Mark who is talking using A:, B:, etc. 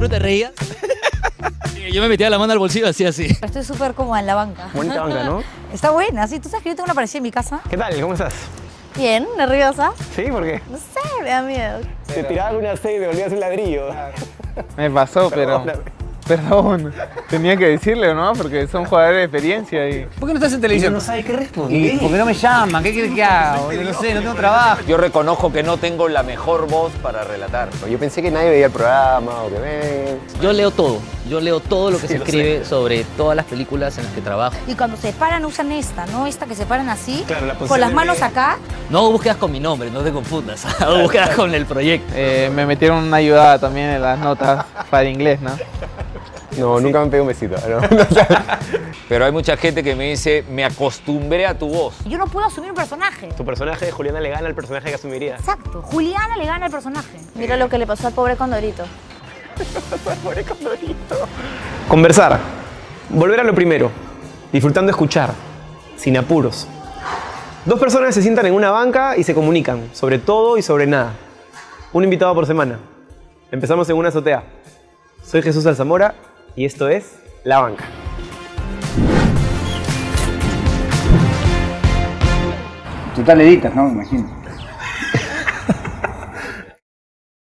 A: no te reías? Yo me metía la mano al bolsillo así, así.
B: Estoy súper cómoda en la banca.
C: Bonita banca, ¿no?
B: Está buena, sí. ¿Tú sabes que yo tengo una parecida en mi casa?
C: ¿Qué tal? ¿Cómo estás?
B: Bien, nerviosa.
C: ¿Sí? ¿Por qué?
B: No sé, me da miedo.
C: Te tiraba una C y me volvías un ladrillo.
D: Me pasó, pero.
C: Perdóname.
D: Perdón. Tenía que decirle, ¿no? Porque son jugadores de experiencia y.
E: ¿Por qué no estás en televisión?
C: No sabes qué
E: ¿Y
C: responder.
E: ¿Por qué no me llaman? ¿Qué quieres que haga? boludo? No sé, no tengo trabajo.
F: Yo reconozco que no tengo la mejor voz para relatar.
C: Yo pensé que nadie veía el programa o que ven.
A: Yo leo todo. Yo leo todo lo que se escribe sobre todas las películas en las que trabajo.
B: Y cuando se paran usan esta, ¿no? Esta que se paran así,
C: Claro, la
B: con
C: posición
B: las
C: de-
B: manos acá.
A: No búsquedas con mi nombre, no te confundas. búsquedas con el proyecto.
D: Eh, me metieron una ayudada también en las notas para inglés, ¿no?
C: No, nunca me han pedido un besito. No, no sabes.
F: Pero hay mucha gente que me dice, me acostumbré a tu voz.
B: Yo no puedo asumir un personaje.
C: Tu personaje de Juliana le gana al personaje que asumiría.
B: Exacto. Juliana le gana al personaje.
G: Mira lo que le pasó al pobre Condorito.
C: Conversar. Volver a lo primero. Disfrutando escuchar. Sin apuros. Dos personas se sientan en una banca y se comunican. Sobre todo y sobre nada. Un invitado por semana. Empezamos en una azotea. Soy Jesús Alzamora y esto es La Banca.
E: Total editas, ¿no? Me imagino.